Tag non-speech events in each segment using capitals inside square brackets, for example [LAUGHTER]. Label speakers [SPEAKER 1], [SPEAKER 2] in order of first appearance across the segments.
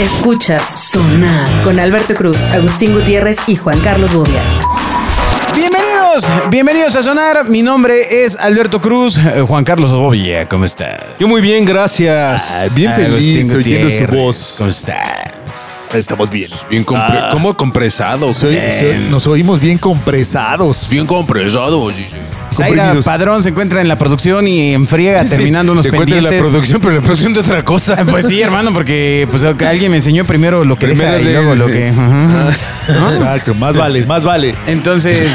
[SPEAKER 1] Escuchas Sonar con Alberto Cruz, Agustín Gutiérrez y Juan Carlos Bobia.
[SPEAKER 2] Bienvenidos, bienvenidos a Sonar. Mi nombre es Alberto Cruz. Eh, Juan Carlos Bobia, ¿cómo estás? Ah,
[SPEAKER 3] Yo muy bien, gracias. bien feliz oyendo su voz.
[SPEAKER 2] ¿Cómo estás?
[SPEAKER 4] Estamos bien.
[SPEAKER 3] Bien compre- ¿Cómo compresado?
[SPEAKER 4] Ah. Soy-
[SPEAKER 3] Bien.
[SPEAKER 4] soy- nos oímos bien compresados.
[SPEAKER 3] Bien compresado.
[SPEAKER 2] Zaira
[SPEAKER 4] Comprimidos.
[SPEAKER 2] Padrón se encuentra en la producción y en friega terminando unos
[SPEAKER 3] Se cuenta de
[SPEAKER 2] pendientes.
[SPEAKER 3] la producción, pero la producción de otra cosa.
[SPEAKER 2] Ah, Pues sí, hermano, porque pues, alguien me enseñó primero lo que
[SPEAKER 3] Primero
[SPEAKER 2] deja y
[SPEAKER 3] de-
[SPEAKER 2] luego lo que... Ajá.
[SPEAKER 4] Exacto, más vale, más vale.
[SPEAKER 2] Entonces,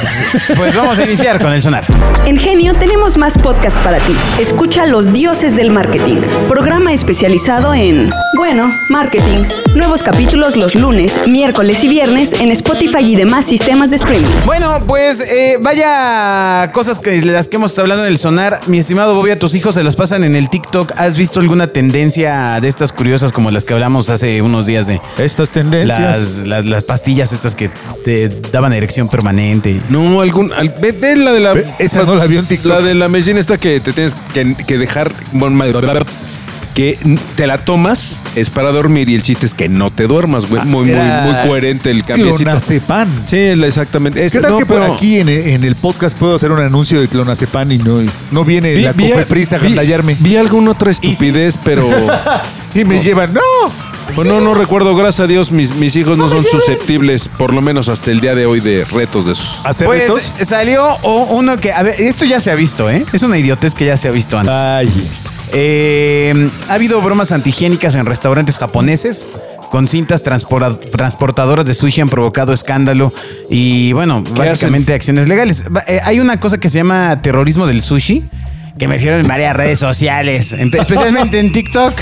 [SPEAKER 2] pues vamos a iniciar con el Sonar.
[SPEAKER 5] En Genio tenemos más podcast para ti. Escucha Los Dioses del Marketing, programa especializado en, bueno, marketing. Nuevos capítulos los lunes, miércoles y viernes en Spotify y demás sistemas de streaming.
[SPEAKER 2] Bueno, pues eh, vaya cosas que las que hemos estado hablando en el sonar. Mi estimado Bobby, a tus hijos se las pasan en el TikTok. ¿Has visto alguna tendencia de estas curiosas como las que hablamos hace unos días de
[SPEAKER 4] Estas
[SPEAKER 2] las,
[SPEAKER 4] tendencias.
[SPEAKER 2] las, las pastillas estas que te daban erección permanente?
[SPEAKER 3] No, algún. al- ve, ve la de la.
[SPEAKER 4] Ve, esa no la vi en TikTok.
[SPEAKER 3] La de la medicina esta que te tienes que, que dejar. bueno, madre- Que te la tomas es para dormir y el chiste es que no te duermas, güey. Muy, muy,
[SPEAKER 4] Ah, era
[SPEAKER 3] muy coherente el cambiecito.
[SPEAKER 4] Clonazepam.
[SPEAKER 3] Sí, es la- exactamente.
[SPEAKER 4] ¿Qué
[SPEAKER 3] Esa,
[SPEAKER 4] tal
[SPEAKER 3] no,
[SPEAKER 4] que por
[SPEAKER 3] pero-
[SPEAKER 4] aquí en, en el podcast puedo hacer un anuncio de clonazepam y no, no viene
[SPEAKER 3] Vi-
[SPEAKER 4] la
[SPEAKER 3] vi-
[SPEAKER 4] cofeprisa a
[SPEAKER 3] vi-
[SPEAKER 4] gandallarme?
[SPEAKER 3] Vi alguna otra estupidez,
[SPEAKER 4] [LAUGHS]
[SPEAKER 3] pero.
[SPEAKER 4] y me llevan, ¡no!
[SPEAKER 3] Bueno, no recuerdo, gracias a Dios, mis, mis hijos no son susceptibles, por lo menos hasta el día de hoy, de retos de esos.
[SPEAKER 4] ¿Hacer
[SPEAKER 2] Pues
[SPEAKER 4] retos?
[SPEAKER 2] salió o- uno que, a ver, esto ya se ha visto, ¿eh? Es una idiotez que ya se ha visto antes.
[SPEAKER 4] Ay,
[SPEAKER 2] Eh, ha habido bromas antihigiénicas en restaurantes japoneses con cintas transpora- transportadoras de sushi han provocado escándalo y bueno, básicamente acciones legales. Va- eh, hay una cosa que se llama terrorismo del sushi que emergieron en varias redes sociales, empe- especialmente en TikTok.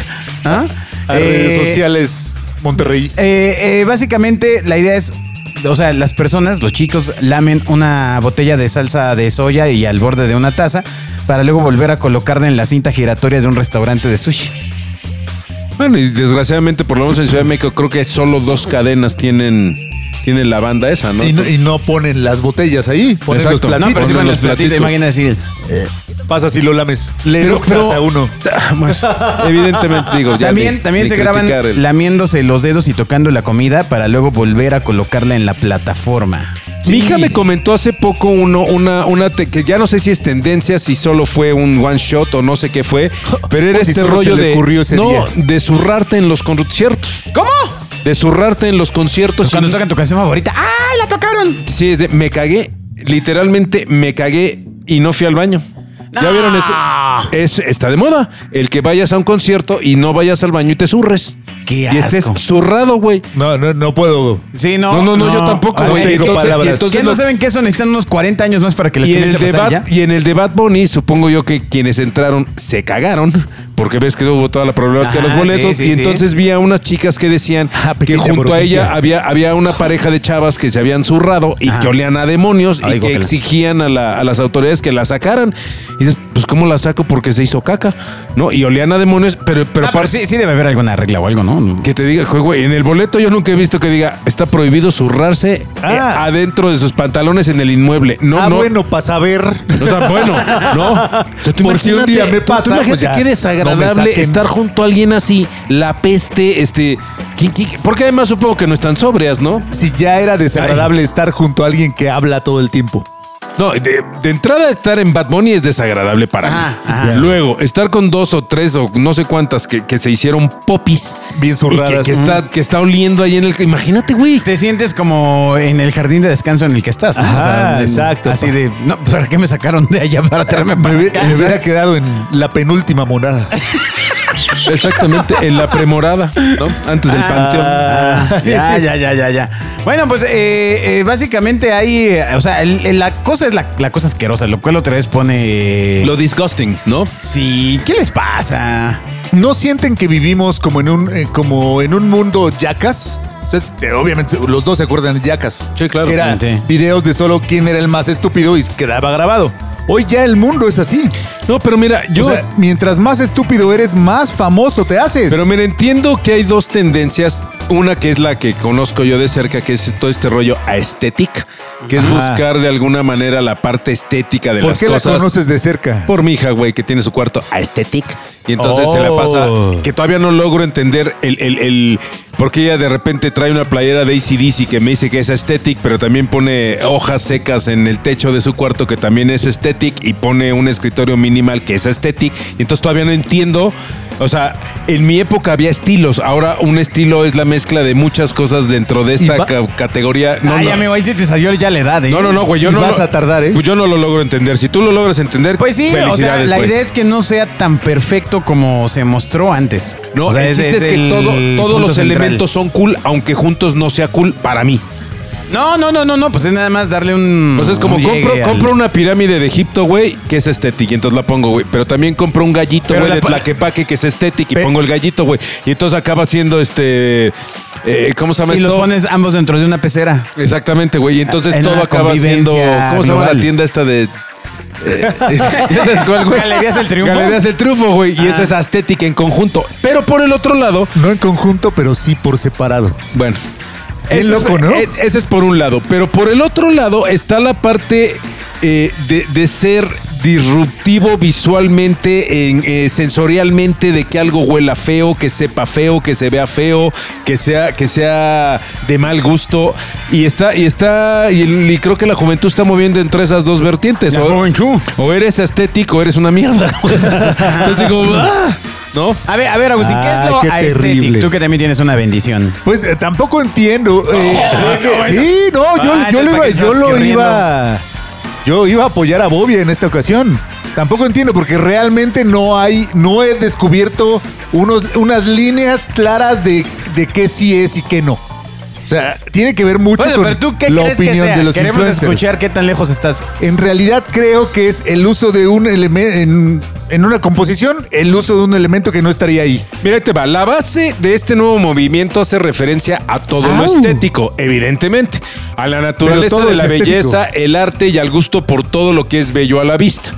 [SPEAKER 2] ¿ah?
[SPEAKER 4] [LAUGHS] a redes
[SPEAKER 2] Eh,
[SPEAKER 4] sociales Monterrey.
[SPEAKER 2] eh, eh, básicamente la idea es, o sea, las personas, los chicos, lamen una botella de salsa de soya y al borde de una taza para luego volver a colocarla en la cinta giratoria de un restaurante de sushi.
[SPEAKER 3] Bueno, y desgraciadamente, por lo menos en Ciudad de México, creo que solo dos cadenas tienen, tienen la banda esa, ¿no?
[SPEAKER 4] Y no, y no ponen las botellas ahí, ponen
[SPEAKER 3] Exacto.
[SPEAKER 4] los
[SPEAKER 3] No,
[SPEAKER 2] No,
[SPEAKER 4] platitos.
[SPEAKER 2] pero si
[SPEAKER 3] ponen
[SPEAKER 2] van
[SPEAKER 3] los
[SPEAKER 2] los platitos,
[SPEAKER 3] platitos.
[SPEAKER 2] imagina decir,
[SPEAKER 4] Pasa si lo lames. Le
[SPEAKER 3] Pero-
[SPEAKER 4] eructas
[SPEAKER 3] pero-
[SPEAKER 4] a uno.
[SPEAKER 3] [LAUGHS] Bueno, evidentemente, digo, ya.
[SPEAKER 2] también,
[SPEAKER 3] ni-
[SPEAKER 2] también
[SPEAKER 3] ni
[SPEAKER 2] se graban
[SPEAKER 3] criticar el-
[SPEAKER 2] lamiéndose los dedos y tocando la comida para luego volver a colocarla en la plataforma.
[SPEAKER 3] Mi hija me comentó hace poco uno, una, una te- que ya no sé si es tendencia, si solo fue un one shot o no sé
[SPEAKER 4] [LAUGHS]
[SPEAKER 3] qué fue, pero era
[SPEAKER 4] O si
[SPEAKER 3] este
[SPEAKER 4] solo se
[SPEAKER 3] rollo
[SPEAKER 4] le
[SPEAKER 3] de
[SPEAKER 4] ocurrió ese
[SPEAKER 3] no
[SPEAKER 4] día.
[SPEAKER 3] de zurrarte en los conciertos. ¿Cómo? De zurrarte en los conciertos.
[SPEAKER 2] Cuando
[SPEAKER 3] y-
[SPEAKER 2] tocan tu canción favorita, ¡ay, la tocaron!
[SPEAKER 3] Sí, es de me cagué, literalmente me cagué y no fui al baño. ¿Ya
[SPEAKER 2] No.
[SPEAKER 3] vieron eso? Es, está de moda. El que vayas a un concierto y no vayas al baño y te zurres.
[SPEAKER 2] Qué
[SPEAKER 3] Y estés
[SPEAKER 2] asco.
[SPEAKER 3] zurrado, güey.
[SPEAKER 4] No, no, no puedo.
[SPEAKER 2] Sí, no.
[SPEAKER 3] No, no, no, yo tampoco, güey.
[SPEAKER 2] Ah,
[SPEAKER 4] Tengo
[SPEAKER 2] entonces-
[SPEAKER 4] palabras.
[SPEAKER 2] y entonces
[SPEAKER 3] ¿Qué
[SPEAKER 2] no
[SPEAKER 3] no
[SPEAKER 2] saben que eso necesitan unos 40 años más para que les
[SPEAKER 3] Y en, el
[SPEAKER 2] comience a pasar
[SPEAKER 3] debat,
[SPEAKER 2] ya?
[SPEAKER 3] y en el debat Bonnie, supongo yo que quienes entraron se cagaron, porque ves que hubo toda la problemática de los
[SPEAKER 2] Ajá,
[SPEAKER 3] boletos.
[SPEAKER 2] sí, sí,
[SPEAKER 3] y
[SPEAKER 2] sí.
[SPEAKER 3] entonces vi a unas chicas que decían
[SPEAKER 4] Ah,
[SPEAKER 3] que
[SPEAKER 4] pequeña
[SPEAKER 3] junto a ella
[SPEAKER 4] bromilla.
[SPEAKER 3] había, había una pareja de chavas que se habían zurrado y que olían a demonios
[SPEAKER 2] Ay,
[SPEAKER 3] y que
[SPEAKER 2] guácala.
[SPEAKER 3] exigían a, la- a las autoridades que la sacaran. Y dices, pues, ¿cómo la saco? Porque se hizo caca, ¿no? Y olían a demonios, pero, pero,
[SPEAKER 2] Ah, pero
[SPEAKER 3] aparte-
[SPEAKER 2] sí, sí debe haber alguna regla o algo, ¿no?
[SPEAKER 3] Que te diga, "Joder, güey, en el boleto yo nunca he visto que diga, está prohibido zurrarse eh,
[SPEAKER 4] Ah.
[SPEAKER 3] adentro de sus pantalones en el inmueble. No,
[SPEAKER 4] ah,
[SPEAKER 3] no.
[SPEAKER 4] bueno, para saber.
[SPEAKER 3] O sea, bueno, ¿no? O sea, tú
[SPEAKER 4] Por si un
[SPEAKER 3] imagínate,
[SPEAKER 4] día me
[SPEAKER 3] tú- tú
[SPEAKER 4] pasa,
[SPEAKER 3] imagínate
[SPEAKER 4] pues ya,
[SPEAKER 3] qué
[SPEAKER 4] no me
[SPEAKER 3] desagradable
[SPEAKER 4] saquen.
[SPEAKER 3] estar junto a alguien así, la peste, este. ¿quién- quién- Porque además supongo que no están sobrias, ¿no?
[SPEAKER 4] [LAUGHS] Si ya era desagradable estar junto a alguien que habla todo el tiempo.
[SPEAKER 3] No, de, de entrada estar en Bad Bunny es desagradable para mí.
[SPEAKER 4] ajá.
[SPEAKER 3] Luego, estar con dos o tres o no sé cuantas que, que se hicieron popis.
[SPEAKER 4] Bien
[SPEAKER 3] y que-
[SPEAKER 4] zurradas.
[SPEAKER 3] que, está, que está oliendo ahí en el. Imagínate, güey.
[SPEAKER 2] Te sientes como en el jardín de descanso en el que estás. ¿no?
[SPEAKER 4] Ajá,
[SPEAKER 2] en-
[SPEAKER 4] exacto.
[SPEAKER 2] Así de, no, pues, ¿para qué me sacaron de allá
[SPEAKER 3] [LAUGHS]
[SPEAKER 2] para traerme
[SPEAKER 4] Me,
[SPEAKER 2] para
[SPEAKER 4] hubie-
[SPEAKER 2] acá?
[SPEAKER 4] me hubiera quedado en la penúltima morada.
[SPEAKER 3] Exactamente, en la premorada, ¿no? Antes del panteón. [LAUGHS]
[SPEAKER 2] Ah, ya, ya, ya, ya, ya. Bueno, pues eh, eh, básicamente hay, eh, o sea, el- el- la cosa es la, la cosa asquerosa, lo cual otra vez pone...
[SPEAKER 3] Lo disgusting, ¿no?
[SPEAKER 2] Sí, ¿qué les pasa?
[SPEAKER 4] ¿No sienten que vivimos como en un, eh, como en un mundo yacas? O sea, este, obviamente los dos se acuerdan de yacas.
[SPEAKER 3] Sí, claro.
[SPEAKER 4] Que eran
[SPEAKER 2] Sí.
[SPEAKER 4] videos de solo quién era el más estúpido y quedaba grabado. Hoy ya el mundo es así.
[SPEAKER 3] No, pero mira, yo.
[SPEAKER 4] o sea, mientras más estúpido eres, más famoso te haces.
[SPEAKER 3] Pero mira, entiendo que hay dos tendencias. Una que es la que conozco yo de cerca, que es todo este rollo aesthetic, que es
[SPEAKER 4] Ajá.
[SPEAKER 3] buscar de alguna manera la parte estética de
[SPEAKER 4] ¿Por
[SPEAKER 3] las
[SPEAKER 4] qué
[SPEAKER 3] cosas.
[SPEAKER 4] la conoces de cerca?
[SPEAKER 3] Por mi hija, güey, que tiene su cuarto aesthetic. Y entonces se la
[SPEAKER 4] Oh.
[SPEAKER 3] pasa. Que todavía no logro entender el, el- el- Porque ella de repente trae una playera de ACDC que me dice que es aesthetic, pero también pone hojas secas en el techo de su cuarto que también es aesthetic y pone un escritorio minimal que es aesthetic. Y entonces todavía no entiendo. O sea, en mi época había estilos. Ahora un estilo es la mezcla de muchas cosas dentro de esta
[SPEAKER 4] va-
[SPEAKER 3] ca- categoría. No,
[SPEAKER 2] Ay,
[SPEAKER 3] no.
[SPEAKER 2] amigo, ahí sí te salió ya la edad, ¿eh?
[SPEAKER 3] No, no, no, güey, yo
[SPEAKER 4] Y
[SPEAKER 3] no
[SPEAKER 4] vas
[SPEAKER 3] lo-
[SPEAKER 4] a tardar, ¿eh?
[SPEAKER 3] Pues yo no lo logro entender. Si tú lo logras entender,
[SPEAKER 2] Pues sí, o sea,
[SPEAKER 3] felicidades,
[SPEAKER 2] la
[SPEAKER 3] güey.
[SPEAKER 2] idea es que no sea tan perfecto como se mostró antes.
[SPEAKER 3] No,
[SPEAKER 2] o sea,
[SPEAKER 3] el
[SPEAKER 2] ese
[SPEAKER 3] chiste es, que
[SPEAKER 2] el
[SPEAKER 3] todo- todos
[SPEAKER 2] punto
[SPEAKER 3] los
[SPEAKER 2] central.
[SPEAKER 3] elementos son cool, aunque juntos no sea cool para mí.
[SPEAKER 2] No, no, no, no, no, pues es nada más darle un.
[SPEAKER 3] O sea, Pues es como
[SPEAKER 2] un
[SPEAKER 3] compro,
[SPEAKER 2] Mm, llegue al-
[SPEAKER 3] compro una pirámide de Egipto, güey, que es estética, y entonces la pongo, güey. Pero también compro un gallito,
[SPEAKER 2] Pero
[SPEAKER 3] güey,
[SPEAKER 2] la
[SPEAKER 3] de
[SPEAKER 2] pa-
[SPEAKER 3] Tlaquepaque, que es estética, y
[SPEAKER 2] Pe-
[SPEAKER 3] pongo el gallito, güey. Y entonces acaba siendo este. eh, ¿Cómo se llama
[SPEAKER 2] Y
[SPEAKER 3] esto?
[SPEAKER 2] los pones ambos dentro de una pecera.
[SPEAKER 3] Exactamente, güey. Y entonces
[SPEAKER 2] En
[SPEAKER 3] todo
[SPEAKER 2] una
[SPEAKER 3] acaba siendo.
[SPEAKER 2] convivencia
[SPEAKER 3] ¿Cómo se llama la
[SPEAKER 2] global.
[SPEAKER 3] tienda esta de.? Eh, [LAUGHS] ¿ya sabes cuál, güey?
[SPEAKER 2] Galerías El Triunfo.
[SPEAKER 3] Galerías el triunfo, güey. Y eso es estética en conjunto. Pero por el otro lado,
[SPEAKER 4] No en conjunto, pero sí por separado.
[SPEAKER 3] bueno.
[SPEAKER 4] Bien
[SPEAKER 3] Ese
[SPEAKER 4] loco, ¿no?
[SPEAKER 3] e- Ese es por un lado. Pero por el otro lado está la parte eh, de, de ser disruptivo visualmente, en, eh, sensorialmente, de que algo huela feo, que sepa feo, que se vea feo, que sea, que sea de mal gusto. Y está, y está, y, el- y creo que la juventud está moviendo entre esas dos vertientes.
[SPEAKER 2] La
[SPEAKER 3] O,
[SPEAKER 2] juventud.
[SPEAKER 3] o eres estético o eres una mierda. [LAUGHS] O sea, Entonces
[SPEAKER 4] [LAUGHS]
[SPEAKER 3] digo, ah, ¿no?
[SPEAKER 2] A ver, a ver, Agustín, ¿qué
[SPEAKER 4] Ah,
[SPEAKER 2] es lo
[SPEAKER 4] qué terrible.
[SPEAKER 2] aesthetic? Tú que también tienes una bendición.
[SPEAKER 4] Pues eh, tampoco entiendo. eh, sé que- sí, no, yo,
[SPEAKER 2] Ah,
[SPEAKER 4] yo lo
[SPEAKER 2] entonces, ¿para
[SPEAKER 4] iba,
[SPEAKER 2] qué
[SPEAKER 4] yo
[SPEAKER 2] estás
[SPEAKER 4] lo
[SPEAKER 2] queriendo?
[SPEAKER 4] iba. Yo iba a apoyar a Bobby en esta ocasión. Tampoco entiendo porque realmente no hay, no he descubierto unos, unas líneas claras de, de qué sí es y qué no. O sea, tiene que ver mucho
[SPEAKER 2] Bueno,
[SPEAKER 4] con
[SPEAKER 2] pero tú qué
[SPEAKER 4] la
[SPEAKER 2] crees que
[SPEAKER 4] opinión
[SPEAKER 2] sea?
[SPEAKER 4] de los
[SPEAKER 2] Queremos
[SPEAKER 4] influencers.
[SPEAKER 2] escuchar qué tan lejos estás.
[SPEAKER 4] En realidad creo que es el uso de un elemento en, en una composición, el uso de un elemento que no estaría ahí.
[SPEAKER 3] Mira, ahí te va. La base de este nuevo movimiento hace referencia a todo
[SPEAKER 4] Au.
[SPEAKER 3] lo estético, evidentemente. A la naturaleza
[SPEAKER 4] todo
[SPEAKER 3] de
[SPEAKER 4] es
[SPEAKER 3] la
[SPEAKER 4] estético.
[SPEAKER 3] belleza, el arte y al gusto por todo lo que es bello a la vista.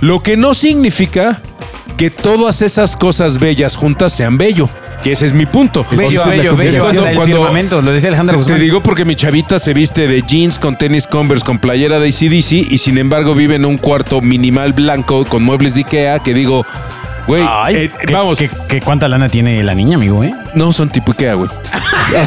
[SPEAKER 3] Lo que no significa que todas esas cosas bellas juntas sean bello. Que ese es mi punto.
[SPEAKER 2] Bello,
[SPEAKER 4] Bello,
[SPEAKER 2] bello, bello,
[SPEAKER 4] cuando-
[SPEAKER 2] hasta el
[SPEAKER 3] cuando-
[SPEAKER 2] firmamento, lo decía Alejandro
[SPEAKER 3] Te
[SPEAKER 2] Guzmán.
[SPEAKER 3] digo porque mi chavita se viste de jeans con tenis Converse, con playera de ACDC y sin embargo vive en un cuarto minimal blanco con muebles de Ikea que digo, güey,
[SPEAKER 2] Ay,
[SPEAKER 3] eh,
[SPEAKER 2] ¿qué-
[SPEAKER 3] vamos.
[SPEAKER 2] qué- qué ¿Cuánta lana tiene la niña, amigo, eh?
[SPEAKER 3] No, son tipo Ikea, güey. O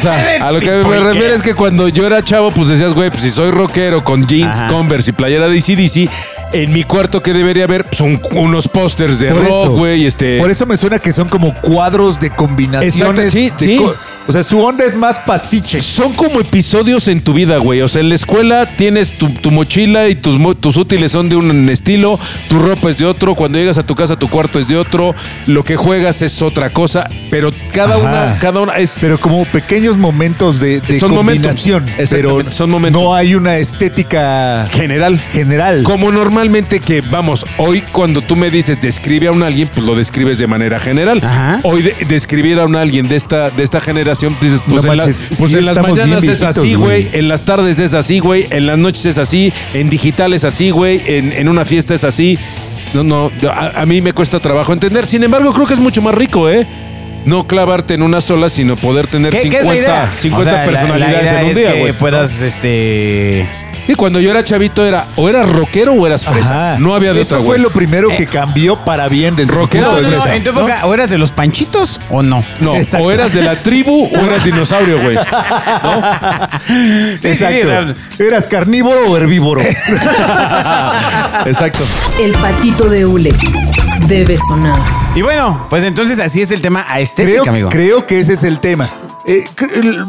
[SPEAKER 4] [LAUGHS]
[SPEAKER 3] sea, a lo que
[SPEAKER 2] Tipo
[SPEAKER 3] me refiero
[SPEAKER 2] Ikea.
[SPEAKER 3] es que cuando yo era chavo, pues decías, güey, pues si soy rockero con jeans,
[SPEAKER 2] Ajá.
[SPEAKER 3] Converse y playera de ACDC, en mi cuarto, ¿qué debería haber? Pues un- unos pósters de
[SPEAKER 4] Por
[SPEAKER 3] rock,
[SPEAKER 4] eso.
[SPEAKER 3] güey, este...
[SPEAKER 4] Por eso me suena que son como cuadros de combinaciones.
[SPEAKER 3] Exacto, sí,
[SPEAKER 4] de
[SPEAKER 3] sí.
[SPEAKER 4] co- o sea, su onda es más pastiche.
[SPEAKER 3] Son como episodios en tu vida, güey. O sea, en la escuela tienes tu, tu mochila y tus, mo- tus útiles son de un estilo, tu ropa es de otro, cuando llegas a tu casa tu cuarto es de otro, lo que juegas es otra cosa, pero cada
[SPEAKER 4] Ajá.
[SPEAKER 3] una, cada una es...
[SPEAKER 4] Pero como pequeños momentos de, de
[SPEAKER 3] Son momentos,
[SPEAKER 4] combinación.
[SPEAKER 3] exactamente,
[SPEAKER 4] pero
[SPEAKER 3] son momentos.
[SPEAKER 4] no hay una estética
[SPEAKER 3] general.
[SPEAKER 4] general.
[SPEAKER 3] Como normalmente que, vamos, hoy cuando tú me dices describe a un alguien, pues lo describes de manera general.
[SPEAKER 2] Ajá.
[SPEAKER 3] Hoy de- describir a un alguien de esta, de esta generación, dices, pues,
[SPEAKER 4] No
[SPEAKER 3] en, la-
[SPEAKER 4] manches,
[SPEAKER 3] pues
[SPEAKER 4] sí
[SPEAKER 3] en las
[SPEAKER 4] estamos bien
[SPEAKER 3] mañanas es
[SPEAKER 4] viejitos,
[SPEAKER 3] así, güey.
[SPEAKER 4] güey.
[SPEAKER 3] En las tardes es así, güey. En las noches es así. En digital es así, güey. En, en una fiesta es así. No, no, a, a mí me cuesta trabajo entender. Sin embargo, creo que es mucho más rico, ¿eh? No clavarte en una sola, sino poder tener
[SPEAKER 2] ¿Qué, qué es
[SPEAKER 3] 50,
[SPEAKER 2] la idea?
[SPEAKER 3] 50
[SPEAKER 2] O sea, la-
[SPEAKER 3] personalidades
[SPEAKER 2] la idea
[SPEAKER 3] en un
[SPEAKER 2] es
[SPEAKER 3] día,
[SPEAKER 2] que
[SPEAKER 3] güey.
[SPEAKER 2] puedas, este...
[SPEAKER 3] Y cuando yo era chavito era o eras rockero o eras fresa.
[SPEAKER 4] Ajá.
[SPEAKER 3] No había de
[SPEAKER 4] Eso
[SPEAKER 3] otra,
[SPEAKER 4] fue
[SPEAKER 3] güey. Eh,
[SPEAKER 4] lo primero que cambió para bien desde mi
[SPEAKER 3] Rockero
[SPEAKER 4] punto
[SPEAKER 2] No,
[SPEAKER 4] de
[SPEAKER 2] no, no,
[SPEAKER 4] vista.
[SPEAKER 2] en tu época, ¿o eras de los panchitos o no?
[SPEAKER 3] No,
[SPEAKER 2] [LAUGHS]
[SPEAKER 4] Exacto.
[SPEAKER 3] o eras de la tribu o
[SPEAKER 4] [LAUGHS]
[SPEAKER 3] eras dinosaurio, güey.
[SPEAKER 2] Sí, sí, sí, o sea,
[SPEAKER 4] Exacto. ¿Eras carnívoro o herbívoro?
[SPEAKER 3] [LAUGHS] Exacto.
[SPEAKER 1] El patito de hule debe sonar.
[SPEAKER 2] Y bueno, pues entonces así es el tema aesthetic,
[SPEAKER 4] creo,
[SPEAKER 2] amigo.
[SPEAKER 4] creo que ese es el tema. Eh, cre- el-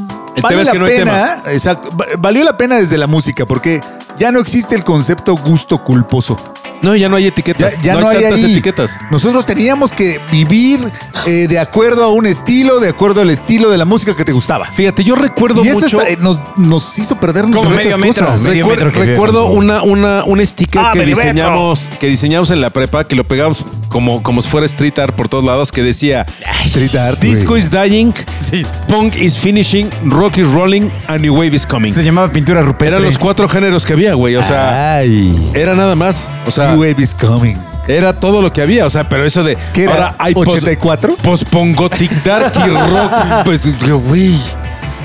[SPEAKER 3] tema es que no hay
[SPEAKER 4] pena, exacto, va- valió la pena desde la música porque ya no existe el concepto gusto culposo.
[SPEAKER 3] No, ya Pues, no hay
[SPEAKER 4] Ya,
[SPEAKER 3] etiquetas.
[SPEAKER 4] ya no, hay
[SPEAKER 3] tantas
[SPEAKER 4] ahí.
[SPEAKER 3] etiquetas.
[SPEAKER 4] Nosotros teníamos que vivir eh, de acuerdo a un estilo, de acuerdo al estilo de la música que te gustaba.
[SPEAKER 3] Fíjate, yo recuerdo
[SPEAKER 4] Y eso
[SPEAKER 3] mucho.
[SPEAKER 4] está- eh, nos, nos hizo perder
[SPEAKER 2] Como
[SPEAKER 4] muchas
[SPEAKER 2] medio metro,
[SPEAKER 4] cosas.
[SPEAKER 2] medio
[SPEAKER 3] Recuer-
[SPEAKER 2] metro que
[SPEAKER 3] recuerdo
[SPEAKER 2] vive con
[SPEAKER 3] una, una, un sticker
[SPEAKER 2] Ah,
[SPEAKER 3] que
[SPEAKER 2] medio metro.
[SPEAKER 3] diseñamos, que diseñamos en la prepa, que lo pegamos como, como si fuera street art por todos lados, que decía
[SPEAKER 4] Street art, güey.
[SPEAKER 3] Disco is dying,
[SPEAKER 2] Sí.
[SPEAKER 3] punk is finishing, rock is rolling, and new wave is coming.
[SPEAKER 2] Se llamaba pintura rupestre.
[SPEAKER 3] Eran los cuatro géneros que había, güey. O sea,
[SPEAKER 4] Ay,
[SPEAKER 3] era nada más. O sea,
[SPEAKER 4] New Wave is coming.
[SPEAKER 3] Era todo lo que había, o sea, pero eso de.
[SPEAKER 4] ¿Qué era?
[SPEAKER 3] pos-
[SPEAKER 4] 84?
[SPEAKER 3] Pospongotic dark
[SPEAKER 4] [LAUGHS]
[SPEAKER 3] y rock. Pues, digo, güey.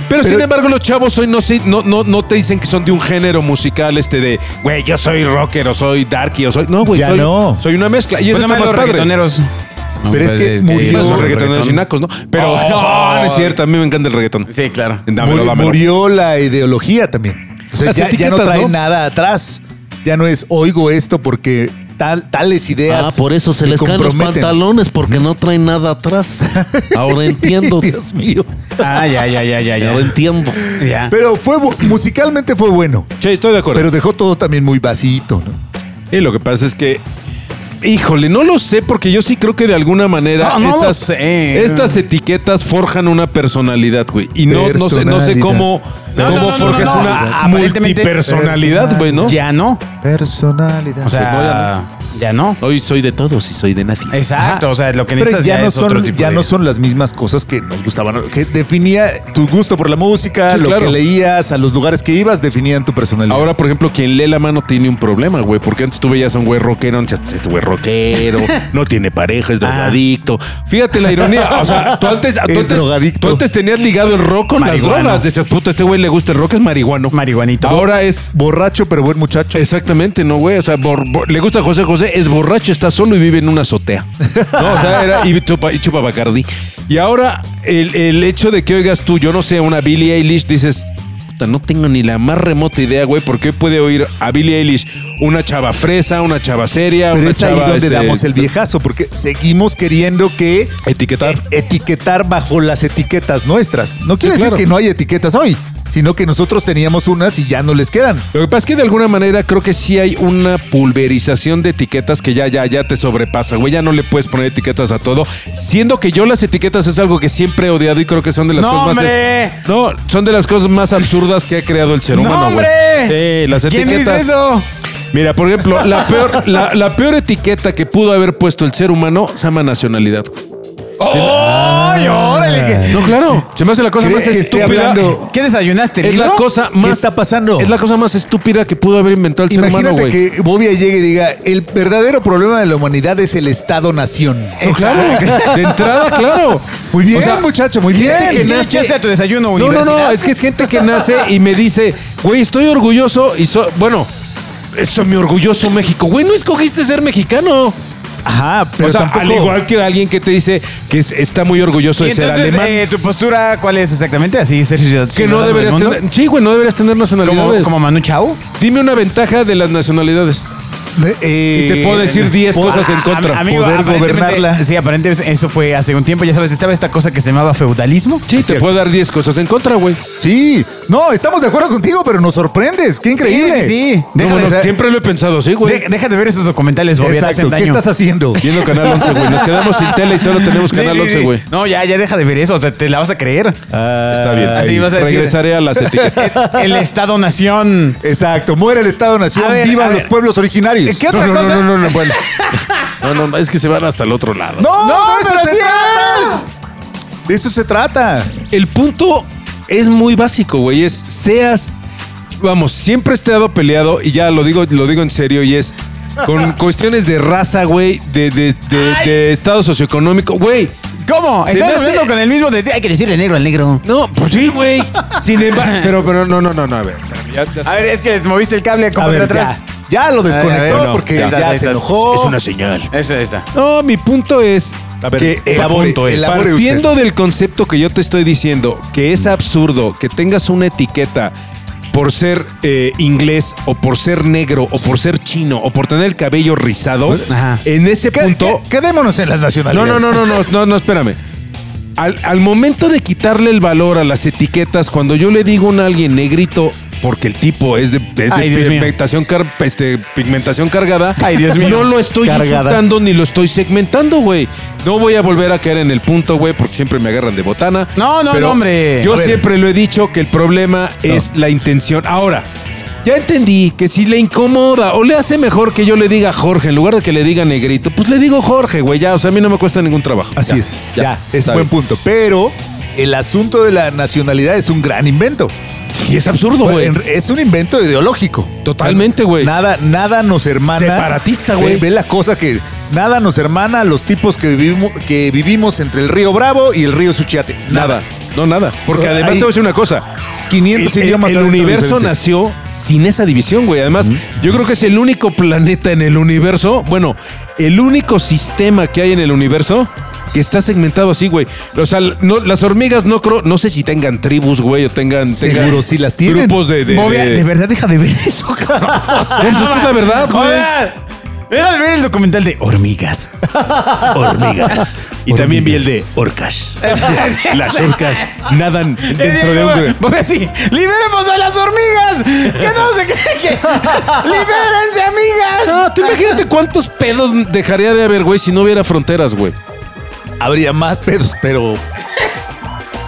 [SPEAKER 3] Pero, sin
[SPEAKER 4] Pero-
[SPEAKER 3] embargo, los chavos hoy no, se- no, no, no te dicen que son de un género musical este de, güey, yo soy rocker o soy darky o soy. No, güey,
[SPEAKER 4] Ya
[SPEAKER 3] soy,
[SPEAKER 4] no.
[SPEAKER 3] soy una mezcla. Y
[SPEAKER 2] Pues
[SPEAKER 3] eso
[SPEAKER 2] nada más
[SPEAKER 3] está
[SPEAKER 2] los
[SPEAKER 3] más padre.
[SPEAKER 2] reggaetoneros. No,
[SPEAKER 4] Pero es
[SPEAKER 2] pues,
[SPEAKER 3] eh,
[SPEAKER 4] que
[SPEAKER 2] es que
[SPEAKER 4] murió.
[SPEAKER 2] más
[SPEAKER 3] Los
[SPEAKER 2] reggaetón.
[SPEAKER 3] reggaetoneros y nacos, ¿no? Pero
[SPEAKER 2] Oh.
[SPEAKER 3] [LAUGHS] no, no es cierto. A mí me encanta el reggaetón.
[SPEAKER 2] Sí, claro.
[SPEAKER 3] Dámelo,
[SPEAKER 4] Muri-
[SPEAKER 3] dámelo.
[SPEAKER 4] Murió la ideología también. O sea,
[SPEAKER 3] Las
[SPEAKER 4] ya, ya no
[SPEAKER 3] etiquetas,
[SPEAKER 4] trae
[SPEAKER 3] ¿no?
[SPEAKER 4] nada atrás. Ya no es oigo esto porque tal, tales ideas.
[SPEAKER 6] Ah, por eso se
[SPEAKER 4] me
[SPEAKER 6] les caen los
[SPEAKER 4] comprometen".
[SPEAKER 6] pantalones porque no traen
[SPEAKER 4] [LAUGHS]
[SPEAKER 6] nada atrás. Ahora entiendo.
[SPEAKER 4] Dios mío.
[SPEAKER 2] Ah, ya, ya, ya, ya, ya.
[SPEAKER 6] Ahora entiendo. Ah.
[SPEAKER 2] Ya.
[SPEAKER 4] Pero fue bu- musicalmente fue bueno.
[SPEAKER 3] Sí, estoy de acuerdo.
[SPEAKER 4] Pero dejó todo también muy vasito. ¿no?
[SPEAKER 3] Y Eh, lo que pasa es que. Híjole, no lo sé, porque yo sí creo que de alguna manera
[SPEAKER 2] No, no lo
[SPEAKER 3] estas,
[SPEAKER 2] sé.
[SPEAKER 3] estas etiquetas forjan una personalidad, güey. Y no, no sé, no sé
[SPEAKER 4] Personalidad.
[SPEAKER 3] cómo,
[SPEAKER 2] No,
[SPEAKER 3] cómo
[SPEAKER 2] no, no, no,
[SPEAKER 3] forjas
[SPEAKER 2] no.
[SPEAKER 3] una
[SPEAKER 2] Aparentemente-
[SPEAKER 3] multipersonalidad, güey, pues, ¿no?
[SPEAKER 2] Ya no.
[SPEAKER 4] Personalidad.
[SPEAKER 2] O sea, ya no.
[SPEAKER 3] Hoy soy de todos y soy de nadie.
[SPEAKER 2] Exacto. O sea, lo que
[SPEAKER 4] Pero
[SPEAKER 2] necesitas
[SPEAKER 4] ya,
[SPEAKER 2] ya,
[SPEAKER 4] no
[SPEAKER 2] es otro
[SPEAKER 4] son,
[SPEAKER 2] tipo
[SPEAKER 4] ya
[SPEAKER 2] de-
[SPEAKER 4] no son las mismas cosas que nos gustaban, que definía tu gusto por la música,
[SPEAKER 3] Sí,
[SPEAKER 4] lo
[SPEAKER 3] claro.
[SPEAKER 4] que leías, a los lugares que ibas, definían tu personalidad.
[SPEAKER 3] Ahora, por ejemplo, quien lee la mano tiene un problema, güey. Porque antes tú veías a un güey rockero, antes este güey rockero,
[SPEAKER 2] [LAUGHS]
[SPEAKER 3] no tiene pareja, es
[SPEAKER 2] Ah.
[SPEAKER 3] drogadicto. Fíjate la ironía. O sea, tú antes, tú
[SPEAKER 4] Es
[SPEAKER 3] antes,
[SPEAKER 4] drogadicto.
[SPEAKER 3] tú antes tenías ligado el rock con
[SPEAKER 2] Marihuano.
[SPEAKER 3] las drogas. Decías, puta, este güey le gusta el rock, es marihuano.
[SPEAKER 2] Marihuanito.
[SPEAKER 3] Ahora es.
[SPEAKER 4] Borracho, pero buen muchacho.
[SPEAKER 3] Exactamente, no, güey. O sea, bor- bor- le gusta José José, es borracho, está solo y vive en una azotea. No, o sea, era y chupa, y chupa Bacardí. Y ahora, el, el hecho de que oigas tú, yo no sé, una Billie Eilish, dices, "Puta, no tengo ni la más remota idea, güey, porque hoy puede oír a Billie Eilish una chava fresa, una chava seria,
[SPEAKER 4] Pero
[SPEAKER 3] una
[SPEAKER 4] es ahí
[SPEAKER 3] chava,
[SPEAKER 4] donde
[SPEAKER 3] este,
[SPEAKER 4] damos el viejazo, porque seguimos queriendo que
[SPEAKER 3] Etiquetar.
[SPEAKER 4] e- etiquetar bajo las etiquetas nuestras. No quiere
[SPEAKER 3] Sí,
[SPEAKER 4] decir
[SPEAKER 3] claro.
[SPEAKER 4] que no hay etiquetas hoy, sino que nosotros teníamos unas y ya no les quedan.
[SPEAKER 3] Lo que pasa es que de alguna manera creo que sí hay una pulverización de etiquetas que ya, ya, ya te sobrepasa, güey. Ya no le puedes poner etiquetas a todo. Siendo que yo las etiquetas es algo que siempre he odiado y creo que son de las
[SPEAKER 2] ¡No,
[SPEAKER 3] cosas
[SPEAKER 2] hombre!
[SPEAKER 3] más. No, son de las cosas más absurdas que ha creado el ser
[SPEAKER 2] ¡No,
[SPEAKER 3] humano, güey.
[SPEAKER 2] hombre!
[SPEAKER 3] Sí, las
[SPEAKER 2] ¿Quién dice
[SPEAKER 3] etiquetas.
[SPEAKER 2] eso?
[SPEAKER 3] Mira, por ejemplo, la peor, la, la peor etiqueta que pudo haber puesto el ser humano se llama nacionalidad.
[SPEAKER 2] ¡Ay, órale!
[SPEAKER 3] No, claro. Se me hace la cosa más
[SPEAKER 4] ¿Crees que esté
[SPEAKER 3] estúpida.
[SPEAKER 4] Eh, hablando-
[SPEAKER 2] ¿Qué desayunaste?
[SPEAKER 3] Es la
[SPEAKER 2] libro?
[SPEAKER 3] cosa
[SPEAKER 4] ¿Qué
[SPEAKER 3] más.
[SPEAKER 4] está pasando?
[SPEAKER 3] Es la cosa más estúpida que pudo haber inventado el ser humano,
[SPEAKER 4] Imagínate
[SPEAKER 3] güey.
[SPEAKER 4] que Bobia llegue y diga, el verdadero problema de la humanidad es el Estado-Nación.
[SPEAKER 3] No, Eh,
[SPEAKER 2] [LAUGHS]
[SPEAKER 3] claro, de entrada, claro.
[SPEAKER 4] Muy bien,
[SPEAKER 3] O sea,
[SPEAKER 4] muchacho, muy bien.
[SPEAKER 3] gente que
[SPEAKER 2] ¿Qué
[SPEAKER 3] nace-
[SPEAKER 2] echaste a tu desayuno,
[SPEAKER 3] No, no, no,
[SPEAKER 2] universidad?
[SPEAKER 3] es que es gente que nace y me dice, güey, estoy orgulloso y soy, bueno, estoy mi orgulloso México. Güey, no escogiste ser mexicano.
[SPEAKER 4] Ajá, pero
[SPEAKER 3] o sea,
[SPEAKER 4] tampoco-
[SPEAKER 3] al igual que alguien que te dice que es- está muy orgulloso
[SPEAKER 2] Y
[SPEAKER 3] de ser
[SPEAKER 2] entonces,
[SPEAKER 3] alemán.
[SPEAKER 2] eh, ¿tu postura cuál es exactamente? Así, ser ciudad-
[SPEAKER 3] que no
[SPEAKER 2] ciudadano del
[SPEAKER 3] deberías
[SPEAKER 2] mundo.
[SPEAKER 3] tener. Sí, güey, no deberías tener
[SPEAKER 2] ¿Como,
[SPEAKER 3] nacionalidades.
[SPEAKER 2] como Manu Chao?
[SPEAKER 3] Dime una ventaja de las nacionalidades.
[SPEAKER 4] Eh,
[SPEAKER 3] Y te puedo decir 10 cosas en contra.
[SPEAKER 2] Am- amigo,
[SPEAKER 4] Poder
[SPEAKER 2] aparentemente-
[SPEAKER 4] gobernarla.
[SPEAKER 2] Sí, aparentemente eso fue hace un tiempo. Ya sabes, estaba esta cosa que se llamaba feudalismo.
[SPEAKER 3] Sí, te puedo dar 10 cosas en contra, güey.
[SPEAKER 4] Sí, no, estamos de acuerdo contigo, pero nos sorprendes. Qué
[SPEAKER 2] Sí,
[SPEAKER 4] increíble.
[SPEAKER 2] sí, sí.
[SPEAKER 3] No,
[SPEAKER 2] Deja,
[SPEAKER 3] bueno,
[SPEAKER 2] de, ser-
[SPEAKER 3] siempre lo he pensado, sí, güey.
[SPEAKER 2] de- deja de ver esos documentales, Bobby, te
[SPEAKER 4] Exacto,
[SPEAKER 2] hacen
[SPEAKER 4] ¿qué
[SPEAKER 2] daño.
[SPEAKER 4] estás haciendo?
[SPEAKER 3] Viendo Canal 11, güey. Nos quedamos sin tele y solo tenemos
[SPEAKER 2] Sí,
[SPEAKER 3] Canal
[SPEAKER 2] sí,
[SPEAKER 3] 11,
[SPEAKER 2] sí.
[SPEAKER 3] güey.
[SPEAKER 2] No, ya, ya deja de ver eso, te, te la vas a creer.
[SPEAKER 3] Está bien.
[SPEAKER 2] Así
[SPEAKER 3] ahí
[SPEAKER 2] Ah, vas a decir.
[SPEAKER 3] Regresaré a
[SPEAKER 2] [LAUGHS]
[SPEAKER 3] las etiquetas.
[SPEAKER 2] Es el Estado-Nación.
[SPEAKER 4] Exacto, muere el Estado-Nación,
[SPEAKER 2] A ver, a
[SPEAKER 4] vivan
[SPEAKER 2] ver.
[SPEAKER 4] los pueblos originarios.
[SPEAKER 2] ¿Qué otra
[SPEAKER 3] no, no,
[SPEAKER 2] cosa?
[SPEAKER 3] no, no,
[SPEAKER 2] [LAUGHS]
[SPEAKER 3] no, bueno. No, no, no, es que se van hasta el otro lado.
[SPEAKER 4] No,
[SPEAKER 2] No,
[SPEAKER 4] de eso
[SPEAKER 2] pero
[SPEAKER 4] se
[SPEAKER 2] sí
[SPEAKER 4] trata. De eso se trata.
[SPEAKER 3] El punto es muy básico, güey. Es seas. Vamos, siempre he estado peleado y ya lo digo, lo digo en serio y es
[SPEAKER 2] [LAUGHS]
[SPEAKER 3] con cuestiones de raza, güey, de, de, de- de estado socioeconómico, güey.
[SPEAKER 2] ¿Cómo?
[SPEAKER 3] Se me
[SPEAKER 2] Estás
[SPEAKER 3] hace-
[SPEAKER 2] hablando con el mismo de... Hay que decirle negro al negro.
[SPEAKER 3] No, pues sí, güey. Sin embargo,
[SPEAKER 2] [LAUGHS]
[SPEAKER 3] pero, pero no, no, no, no, a ver. ya- ya-
[SPEAKER 2] A ver, es que moviste el cable como
[SPEAKER 4] A ver,
[SPEAKER 2] atrás.
[SPEAKER 4] ya, ya lo
[SPEAKER 2] A ver,
[SPEAKER 4] desconectó
[SPEAKER 2] no,
[SPEAKER 4] porque
[SPEAKER 2] ya,
[SPEAKER 4] ya,
[SPEAKER 2] ya, ya,
[SPEAKER 4] se
[SPEAKER 2] ya.
[SPEAKER 4] enojó.
[SPEAKER 3] Es una señal.
[SPEAKER 2] Esa está.
[SPEAKER 3] No, mi punto es
[SPEAKER 4] A ver,
[SPEAKER 3] que
[SPEAKER 4] elabore,
[SPEAKER 3] punto es,
[SPEAKER 4] elabore usted. Mm.
[SPEAKER 3] partiendo del concepto que yo te estoy diciendo, que es absurdo que tengas una etiqueta por ser eh, inglés o por ser negro o por ser chino o por tener el cabello rizado,
[SPEAKER 2] Ajá.
[SPEAKER 3] en ese
[SPEAKER 4] ¿Qué-
[SPEAKER 3] punto...
[SPEAKER 4] qué- quedémonos en las
[SPEAKER 3] No,
[SPEAKER 4] nacionalidades.
[SPEAKER 3] no, no, no, no, no, no, espérame. Al, al momento de quitarle el valor a las etiquetas, cuando yo le digo a alguien negrito, porque el tipo es de, es de
[SPEAKER 2] Ay, Dios mío.
[SPEAKER 3] pigmentación, car- este, pigmentación cargada,
[SPEAKER 2] Ay, Dios mío.
[SPEAKER 3] no lo estoy
[SPEAKER 4] Cargada.
[SPEAKER 3] insultando ni lo estoy segmentando, güey. No voy a volver a caer en el punto, güey, porque siempre me agarran de botana.
[SPEAKER 2] No, no,
[SPEAKER 3] Pero
[SPEAKER 2] no, hombre.
[SPEAKER 3] Yo
[SPEAKER 2] A ver.
[SPEAKER 3] siempre lo he dicho que el problema es la intención. Ahora, ya entendí que si le incomoda o le hace mejor que yo le diga Jorge en lugar de que le diga negrito, pues le digo Jorge, güey, ya, o sea, a mí no me cuesta ningún trabajo.
[SPEAKER 4] Así
[SPEAKER 3] Ya,
[SPEAKER 4] es, ya, es
[SPEAKER 3] está
[SPEAKER 4] buen
[SPEAKER 3] bien.
[SPEAKER 4] punto. Pero el asunto de la nacionalidad es un gran invento.
[SPEAKER 3] Y es absurdo, güey.
[SPEAKER 4] En- Es un invento ideológico.
[SPEAKER 3] Totalmente, güey.
[SPEAKER 4] Nada, nada nos hermana.
[SPEAKER 3] Separatista, güey.
[SPEAKER 4] Ve, ve la cosa que nada nos hermana a los tipos que vivimos, que vivimos entre el río Bravo y el río Suchiate.
[SPEAKER 3] Nada. No, nada. Porque además
[SPEAKER 4] Ahí-
[SPEAKER 3] te voy a decir una cosa.
[SPEAKER 4] 500
[SPEAKER 3] el,
[SPEAKER 4] idiomas
[SPEAKER 3] el
[SPEAKER 4] adentro
[SPEAKER 3] universo
[SPEAKER 4] diferentes.
[SPEAKER 3] nació sin esa división, güey. Además, yo creo que es el único planeta en el universo, bueno, el único sistema que hay en el universo que está segmentado así, güey. O sea, no- las hormigas no creo, no sé si tengan tribus, güey, o tengan,
[SPEAKER 4] Seguro
[SPEAKER 3] tengan
[SPEAKER 4] sí las tienen.
[SPEAKER 3] grupos Pues de, de-
[SPEAKER 2] Bobia,
[SPEAKER 3] de-
[SPEAKER 2] de verdad, deja de ver [LAUGHS] eso, cabrón.
[SPEAKER 3] Eso es la verdad, güey.
[SPEAKER 2] Oigan, Deja de ver el documental de hormigas. Hormigas.
[SPEAKER 3] Y también vi el de
[SPEAKER 2] orcas.
[SPEAKER 3] Las orcas nadan dentro de un...
[SPEAKER 2] Bobia, pues, sí. ¡Liberemos a las hormigas! ¡Que no se creen que! ¡Libérense, amigas!
[SPEAKER 3] No, tú imagínate cuántos pedos dejaría de haber, güey, si no hubiera fronteras, güey.
[SPEAKER 4] Habría más pedos, pero.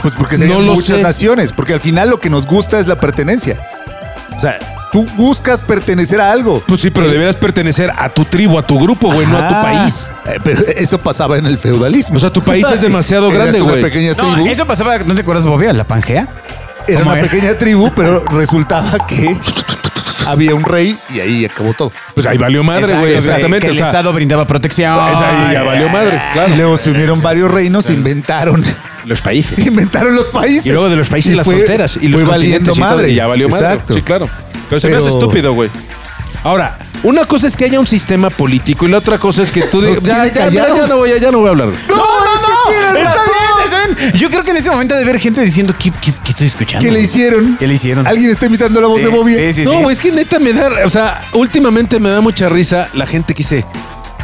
[SPEAKER 4] Pues porque
[SPEAKER 3] No
[SPEAKER 4] serían
[SPEAKER 3] lo
[SPEAKER 4] muchas
[SPEAKER 3] sé.
[SPEAKER 4] naciones. Porque al final lo que nos gusta es la pertenencia. O sea, tú buscas pertenecer a algo.
[SPEAKER 3] Pues sí, pero deberías pertenecer a tu tribu, a tu grupo, güey, no a tu
[SPEAKER 4] Ah,
[SPEAKER 3] país.
[SPEAKER 4] eh, Pero eso pasaba en el feudalismo.
[SPEAKER 3] O sea, tu país es demasiado
[SPEAKER 4] Eras
[SPEAKER 3] grande, güey.
[SPEAKER 4] Una pequeña tribu.
[SPEAKER 2] No, eso pasaba, ¿no te acuerdas, Bobia? ¿La Pangea?
[SPEAKER 4] Era
[SPEAKER 2] ¿Cómo
[SPEAKER 4] una
[SPEAKER 3] eh?
[SPEAKER 4] pequeña tribu, pero resultaba que había un rey y ahí acabó todo.
[SPEAKER 3] Pues ahí valió madre,
[SPEAKER 2] Exacto,
[SPEAKER 3] güey,
[SPEAKER 2] que-
[SPEAKER 3] exactamente.
[SPEAKER 2] Que
[SPEAKER 3] o
[SPEAKER 2] el
[SPEAKER 3] sea,
[SPEAKER 2] Estado brindaba protección.
[SPEAKER 3] es ahí ya valió madre,
[SPEAKER 4] Y
[SPEAKER 3] claro.
[SPEAKER 4] luego se unieron varios reinos e inventaron, [LAUGHS]
[SPEAKER 3] los países.
[SPEAKER 4] inventaron los países.
[SPEAKER 3] Y luego de los países
[SPEAKER 4] Y
[SPEAKER 3] las
[SPEAKER 4] fue-
[SPEAKER 3] fronteras. Y los
[SPEAKER 4] fue
[SPEAKER 3] continentes
[SPEAKER 4] valiendo
[SPEAKER 3] y todo,
[SPEAKER 4] madre.
[SPEAKER 3] y ya valió madre.
[SPEAKER 4] Exacto.
[SPEAKER 3] Sí, claro. Pero se me
[SPEAKER 4] Pero-
[SPEAKER 3] hace estúpido, güey. Ahora, una cosa es que haya un sistema político y la otra cosa es que tú digas.
[SPEAKER 4] Nos
[SPEAKER 3] Ya,
[SPEAKER 4] tiene
[SPEAKER 3] ya, mira, ya
[SPEAKER 4] callados.
[SPEAKER 3] no voy, a- ya no voy a hablar.
[SPEAKER 4] No, no, no.
[SPEAKER 2] Está
[SPEAKER 4] razón.
[SPEAKER 2] bien, está bien. Yo creo que en ese momento debe haber gente diciendo ¿qué, qué- qué estoy escuchando?
[SPEAKER 4] ¿Qué le hicieron?
[SPEAKER 2] ¿Qué le hicieron?
[SPEAKER 4] Alguien está imitando la voz
[SPEAKER 2] Sí,
[SPEAKER 4] de Bobby.
[SPEAKER 2] sí, sí,
[SPEAKER 3] no,
[SPEAKER 2] sí.
[SPEAKER 3] güey, es que neta me da. O sea, últimamente me da mucha risa la gente que dice: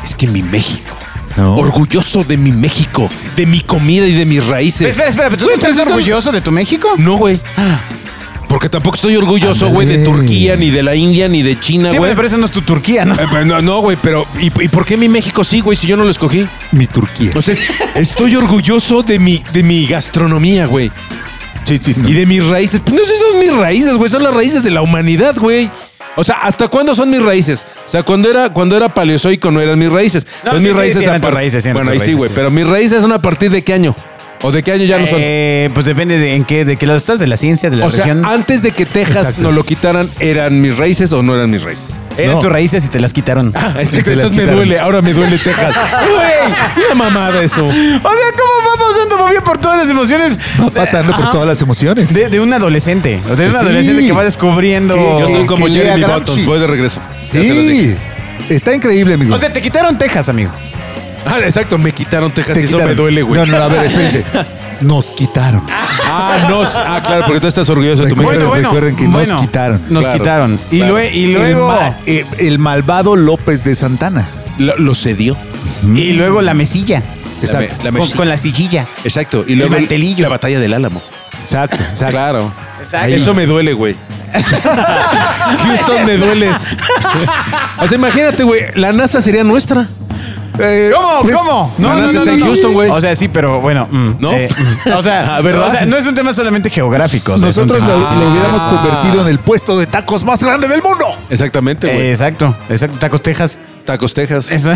[SPEAKER 3] Es que mi México.
[SPEAKER 4] No.
[SPEAKER 3] Orgulloso de mi México, de mi comida y de mis raíces.
[SPEAKER 2] Pero Espera, espera, ¿pero ¿tú no
[SPEAKER 3] Güey,
[SPEAKER 2] estás
[SPEAKER 3] pues, eso-
[SPEAKER 2] orgulloso de tu México?
[SPEAKER 3] No, güey. Porque tampoco estoy orgulloso, güey, de
[SPEAKER 4] Ándale.
[SPEAKER 3] Turquía, ni de la India, ni de China,
[SPEAKER 2] Sí,
[SPEAKER 3] güey.
[SPEAKER 2] bueno, pero esa no es tu Turquía, ¿no?
[SPEAKER 3] Eh, pero no, no, güey, pero ¿y, y por qué mi México sí, güey, si yo no lo escogí?
[SPEAKER 4] Mi Turquía.
[SPEAKER 3] O sea, es- estoy orgulloso de mi, de mi gastronomía, güey.
[SPEAKER 4] Sí, sí, no.
[SPEAKER 3] Y de mis raíces. Pues no, esas son mis raíces, güey. Son las raíces de la humanidad, güey. O sea, ¿hasta cuándo son mis raíces? O sea, cuando era, cuando era paleozoico no eran mis raíces.
[SPEAKER 2] No,
[SPEAKER 3] Son
[SPEAKER 2] sí,
[SPEAKER 3] mis
[SPEAKER 2] sí,
[SPEAKER 3] raíces,
[SPEAKER 2] sí eran
[SPEAKER 3] a par-
[SPEAKER 2] tus raíces, sí eran tus
[SPEAKER 3] Bueno, ahí sí,
[SPEAKER 2] raíces,
[SPEAKER 3] güey.
[SPEAKER 2] sí.
[SPEAKER 3] Pero mis raíces son a partir de qué año. ¿O de qué año ya no son?
[SPEAKER 2] Eh, pues depende de en qué, de qué lado estás, de la ciencia, de la
[SPEAKER 3] o sea,
[SPEAKER 2] región.
[SPEAKER 3] antes de que Texas
[SPEAKER 4] Exacto.
[SPEAKER 3] nos lo quitaran, ¿eran mis raíces o no eran mis raíces?
[SPEAKER 2] Eran
[SPEAKER 4] no.
[SPEAKER 2] tus raíces y te las quitaron.
[SPEAKER 3] Ah, Entonces
[SPEAKER 4] te las
[SPEAKER 3] me
[SPEAKER 4] quitaron.
[SPEAKER 3] duele, ahora me duele Texas. ¡Güey! ¡Una mamada eso!
[SPEAKER 2] O sea, ¿cómo va pasando Bobia por todas las emociones?
[SPEAKER 4] Va pasando por
[SPEAKER 2] Ajá.
[SPEAKER 4] todas las emociones.
[SPEAKER 2] De, de un adolescente. O sea, de un
[SPEAKER 4] Sí.
[SPEAKER 2] adolescente que va descubriendo.
[SPEAKER 4] Que-
[SPEAKER 3] Yo soy
[SPEAKER 4] que-
[SPEAKER 3] como
[SPEAKER 4] lea
[SPEAKER 3] Jeremy
[SPEAKER 4] Gramsci.
[SPEAKER 3] Buttons, voy de regreso. Ya se los dije.
[SPEAKER 4] sí. Está increíble, amigo.
[SPEAKER 2] O sea, te quitaron Texas, amigo.
[SPEAKER 3] Ah, exacto, me quitaron Texas
[SPEAKER 4] Te
[SPEAKER 3] y eso
[SPEAKER 4] quitaron.
[SPEAKER 3] me duele, güey.
[SPEAKER 4] No, no, a ver,
[SPEAKER 3] [LAUGHS]
[SPEAKER 4] espérense. Nos quitaron.
[SPEAKER 3] Ah, no. Ah, claro, porque tú estás orgulloso de tu
[SPEAKER 4] Recuerda-
[SPEAKER 3] mujer.
[SPEAKER 4] Bueno, recuerden que nos quitaron.
[SPEAKER 2] Nos
[SPEAKER 3] Claro,
[SPEAKER 2] quitaron. Y,
[SPEAKER 3] claro.
[SPEAKER 2] lue- y luego.
[SPEAKER 4] El, ma- eh, el malvado López de Santana.
[SPEAKER 3] Lo, lo cedió.
[SPEAKER 2] Y
[SPEAKER 4] Mm.
[SPEAKER 2] luego la mesilla.
[SPEAKER 4] Exacto.
[SPEAKER 3] La
[SPEAKER 2] con,
[SPEAKER 3] mesilla.
[SPEAKER 2] con la sillilla.
[SPEAKER 3] Exacto. Y luego
[SPEAKER 2] El mantelillo.
[SPEAKER 3] la batalla del Álamo.
[SPEAKER 4] Exacto, exacto.
[SPEAKER 3] Claro.
[SPEAKER 2] Exacto.
[SPEAKER 3] Eso me duele, güey. Houston, me dueles. o sea, imagínate, güey, la NASA sería nuestra.
[SPEAKER 4] Eh,
[SPEAKER 2] ¿Cómo?
[SPEAKER 4] pues,
[SPEAKER 2] ¿Cómo?
[SPEAKER 3] No, no,
[SPEAKER 4] Santana
[SPEAKER 3] no,
[SPEAKER 4] está
[SPEAKER 3] no,
[SPEAKER 4] en
[SPEAKER 3] no.
[SPEAKER 4] Houston.
[SPEAKER 3] güey.
[SPEAKER 2] O sea, sí, pero bueno. mm,
[SPEAKER 3] ¿No?
[SPEAKER 2] eh, mm. o sea,
[SPEAKER 3] [LAUGHS] Ah, ¿verdad?
[SPEAKER 2] o sea, no es un tema solamente geográfico. o sea, es un
[SPEAKER 4] Nosotros
[SPEAKER 2] tema-
[SPEAKER 4] lo, lo hubiéramos
[SPEAKER 3] Ah.
[SPEAKER 4] convertido en el puesto de tacos más grande del mundo.
[SPEAKER 3] Exactamente,
[SPEAKER 2] Eh,
[SPEAKER 3] güey.
[SPEAKER 2] exacto, exacto. Tacos Texas.
[SPEAKER 3] Tacos
[SPEAKER 2] [LAUGHS]
[SPEAKER 3] Texas.
[SPEAKER 2] Esa-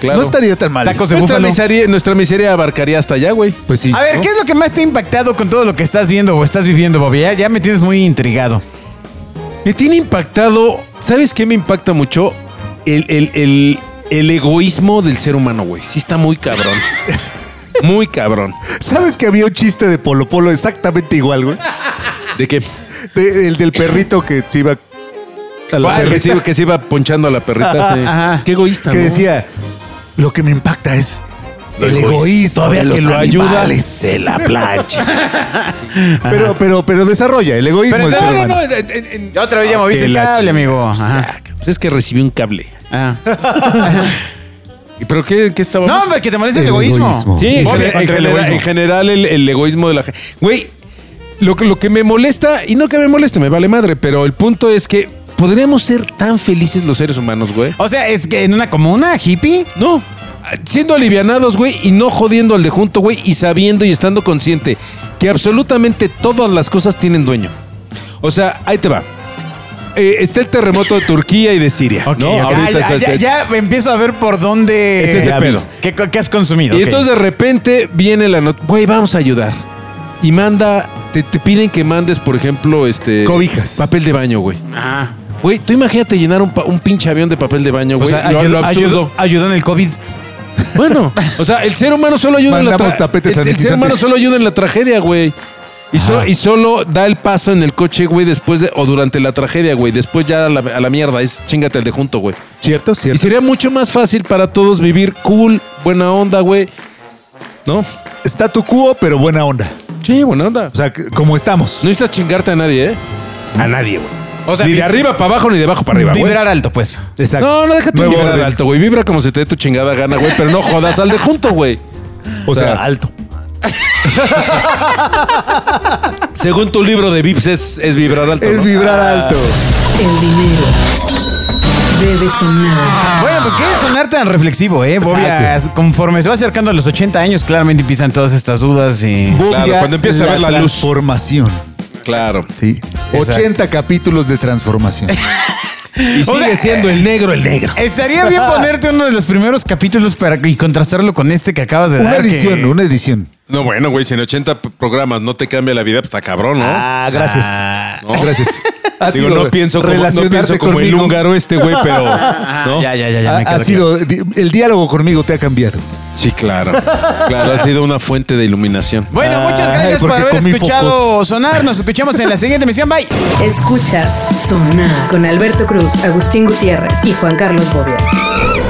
[SPEAKER 3] Claro.
[SPEAKER 4] No estaría tan mal. ¿eh?
[SPEAKER 2] Tacos de
[SPEAKER 3] nuestra,
[SPEAKER 2] búfalo.
[SPEAKER 3] miseria, nuestra miseria abarcaría hasta allá, güey.
[SPEAKER 4] Pues sí.
[SPEAKER 2] A ver,
[SPEAKER 4] ¿no?
[SPEAKER 2] ¿qué es lo que más te ha impactado con todo lo que estás viendo o estás viviendo, Bobby? Ya, ya me tienes muy intrigado.
[SPEAKER 3] Me tiene impactado. ¿Sabes qué me impacta mucho? El, el- el- el egoísmo del ser humano, güey. Sí, está muy cabrón. muy cabrón.
[SPEAKER 4] ¿Sabes que había un chiste de Polo Polo exactamente igual, güey?
[SPEAKER 3] ¿De qué?
[SPEAKER 4] De- el del perrito que se iba a la
[SPEAKER 3] Ah, que, se,
[SPEAKER 4] perrita,
[SPEAKER 3] iba- que se iba ponchando a la perrita. sí.
[SPEAKER 2] Ajá.
[SPEAKER 3] Es que egoísta.
[SPEAKER 4] que
[SPEAKER 3] ¿no?
[SPEAKER 4] decía, lo que me impacta es
[SPEAKER 3] Lo
[SPEAKER 4] el
[SPEAKER 3] egoísta,
[SPEAKER 4] egoísmo
[SPEAKER 3] todavía
[SPEAKER 4] de
[SPEAKER 3] que
[SPEAKER 4] los
[SPEAKER 3] lo ayuda.
[SPEAKER 4] animales de
[SPEAKER 3] [LAUGHS]
[SPEAKER 4] la plancha. pero, pero, pero desarrolla el egoísmo
[SPEAKER 2] Pero
[SPEAKER 4] del
[SPEAKER 2] no,
[SPEAKER 4] ser
[SPEAKER 2] no,
[SPEAKER 4] humano.
[SPEAKER 3] en- en- en-
[SPEAKER 2] Otra vez ya moviste
[SPEAKER 3] que
[SPEAKER 2] el
[SPEAKER 3] la
[SPEAKER 2] cable,
[SPEAKER 3] chingada.
[SPEAKER 2] amigo. Ajá.
[SPEAKER 3] Ah, pues es que recibió un cable.
[SPEAKER 2] Ah.
[SPEAKER 3] [LAUGHS] ¿Y ¿Pero qué, qué estaba?
[SPEAKER 2] No, hombre, que te molesta el,
[SPEAKER 4] El
[SPEAKER 2] egoísmo.
[SPEAKER 4] egoísmo.
[SPEAKER 3] pues, Sí, en,
[SPEAKER 2] Bobby,
[SPEAKER 3] gen- en
[SPEAKER 2] contra el
[SPEAKER 3] general,
[SPEAKER 2] egoísmo.
[SPEAKER 3] en general el, el egoísmo de la gente. Güey, lo que, lo que me molesta, y no que me moleste, me vale madre, pero el punto es que podríamos ser tan felices los seres humanos, güey.
[SPEAKER 2] O sea, es que en una comuna, hippie.
[SPEAKER 3] No, siendo alivianados, güey, y no jodiendo al de junto, güey, y sabiendo y estando consciente que absolutamente todas las cosas tienen dueño. O sea, ahí te va. Eh, está el terremoto de Turquía y de Siria.
[SPEAKER 2] Ok,
[SPEAKER 3] ¿no?
[SPEAKER 2] ok.
[SPEAKER 3] Ahorita
[SPEAKER 2] Ah, ya, ya-
[SPEAKER 3] está-
[SPEAKER 2] ya me empiezo a ver por dónde.
[SPEAKER 3] Este es el
[SPEAKER 2] Ya
[SPEAKER 3] pedo.
[SPEAKER 2] vi. ¿Qué, co- qué has consumido?
[SPEAKER 3] Y
[SPEAKER 2] Ok.
[SPEAKER 3] entonces de repente viene la nota, güey, vamos a ayudar. Y manda, te, te piden que mandes, por ejemplo, este...
[SPEAKER 4] Cobijas.
[SPEAKER 3] Papel de baño, güey.
[SPEAKER 2] Ah.
[SPEAKER 3] Güey, tú imagínate llenar un, pa- un pinche avión de papel de baño,
[SPEAKER 2] O
[SPEAKER 3] güey.
[SPEAKER 2] sea,
[SPEAKER 3] lo,
[SPEAKER 2] ayudó,
[SPEAKER 3] lo
[SPEAKER 4] [LAUGHS]
[SPEAKER 3] absurdo.
[SPEAKER 2] ayudó- ayudó en el COVID.
[SPEAKER 3] Bueno, o sea, el ser humano solo ayuda en la
[SPEAKER 4] Mandamos
[SPEAKER 3] tragedia.
[SPEAKER 4] tapetes
[SPEAKER 3] El, el ser
[SPEAKER 4] sanitizantes.
[SPEAKER 3] humano solo ayuda en la tragedia, güey. Y, so- y solo da el paso en el coche, güey, después de, o durante la tragedia, güey. Después ya a la, a la mierda, es chingate el de junto, güey.
[SPEAKER 4] ¿Cierto?
[SPEAKER 3] Y
[SPEAKER 4] ¿Cierto?
[SPEAKER 3] sería mucho más fácil para todos vivir cool, buena onda, güey. ¿No?
[SPEAKER 4] Está tu cubo, pero buena onda.
[SPEAKER 3] Sí, buena onda.
[SPEAKER 4] O sea, que- como estamos.
[SPEAKER 3] No necesitas chingarte a nadie, ¿eh?
[SPEAKER 4] A nadie, güey.
[SPEAKER 2] O sea,
[SPEAKER 3] ni de
[SPEAKER 2] vi-
[SPEAKER 3] arriba para abajo, ni de abajo para arriba, güey.
[SPEAKER 2] vibrar alto, pues.
[SPEAKER 4] Exacto.
[SPEAKER 3] No, no déjate
[SPEAKER 4] Nuevo
[SPEAKER 3] vibrar
[SPEAKER 4] orden.
[SPEAKER 3] alto, güey. Vibra como se te dé tu chingada gana, güey. Pero no jodas al de junto, güey.
[SPEAKER 4] O sea, alto.
[SPEAKER 3] Según tu libro de Vips, es, es vibrar alto.
[SPEAKER 4] Es
[SPEAKER 3] ¿no?
[SPEAKER 4] vibrar alto.
[SPEAKER 1] El dinero debe sonar.
[SPEAKER 2] Bueno, pues qué sonar tan reflexivo, ¿eh? Bobia,
[SPEAKER 4] Exacto.
[SPEAKER 2] conforme se va acercando a los 80 años, claramente empiezan todas estas dudas y...
[SPEAKER 3] Claro,
[SPEAKER 4] Bobia,
[SPEAKER 3] cuando empieza a ver la luz.
[SPEAKER 4] Transformación.
[SPEAKER 3] Claro.
[SPEAKER 4] Sí.
[SPEAKER 2] Exacto.
[SPEAKER 4] 80 capítulos de transformación.
[SPEAKER 3] [LAUGHS] Y
[SPEAKER 2] O
[SPEAKER 3] sigue
[SPEAKER 2] sea,
[SPEAKER 3] siendo el negro, el negro.
[SPEAKER 2] Estaría bien ponerte uno de los primeros capítulos para, y contrastarlo con este que acabas de
[SPEAKER 4] [LAUGHS] Una
[SPEAKER 2] dar. que-
[SPEAKER 4] edición, una edición.
[SPEAKER 3] No, bueno, güey, si en 80 p- programas no te cambia la vida, pues está cabrón, ¿no?
[SPEAKER 4] Ah, gracias.
[SPEAKER 3] No. [LAUGHS]
[SPEAKER 4] Gracias. Ha
[SPEAKER 3] Digo,
[SPEAKER 4] sido
[SPEAKER 3] no pienso como, no
[SPEAKER 4] relacionarte
[SPEAKER 3] pienso como el
[SPEAKER 4] conmigo.
[SPEAKER 3] húngaro este, güey, [LAUGHS] pero. ¿no?
[SPEAKER 2] Ah, Ya, ya, ya, ya.
[SPEAKER 4] Ha,
[SPEAKER 2] me queda
[SPEAKER 4] ha sido, di- el diálogo conmigo te ha cambiado.
[SPEAKER 3] Sí, claro. Claro, ha sido una fuente de iluminación.
[SPEAKER 2] Bueno, muchas
[SPEAKER 4] Ay,
[SPEAKER 2] gracias por
[SPEAKER 4] Ah, porque
[SPEAKER 2] haber
[SPEAKER 4] comí
[SPEAKER 2] escuchado sonar. Nos escuchamos en la siguiente emisión. Bye.
[SPEAKER 1] Escuchas Sonar con Alberto Cruz, Agustín Gutiérrez y Juan Carlos Bobia.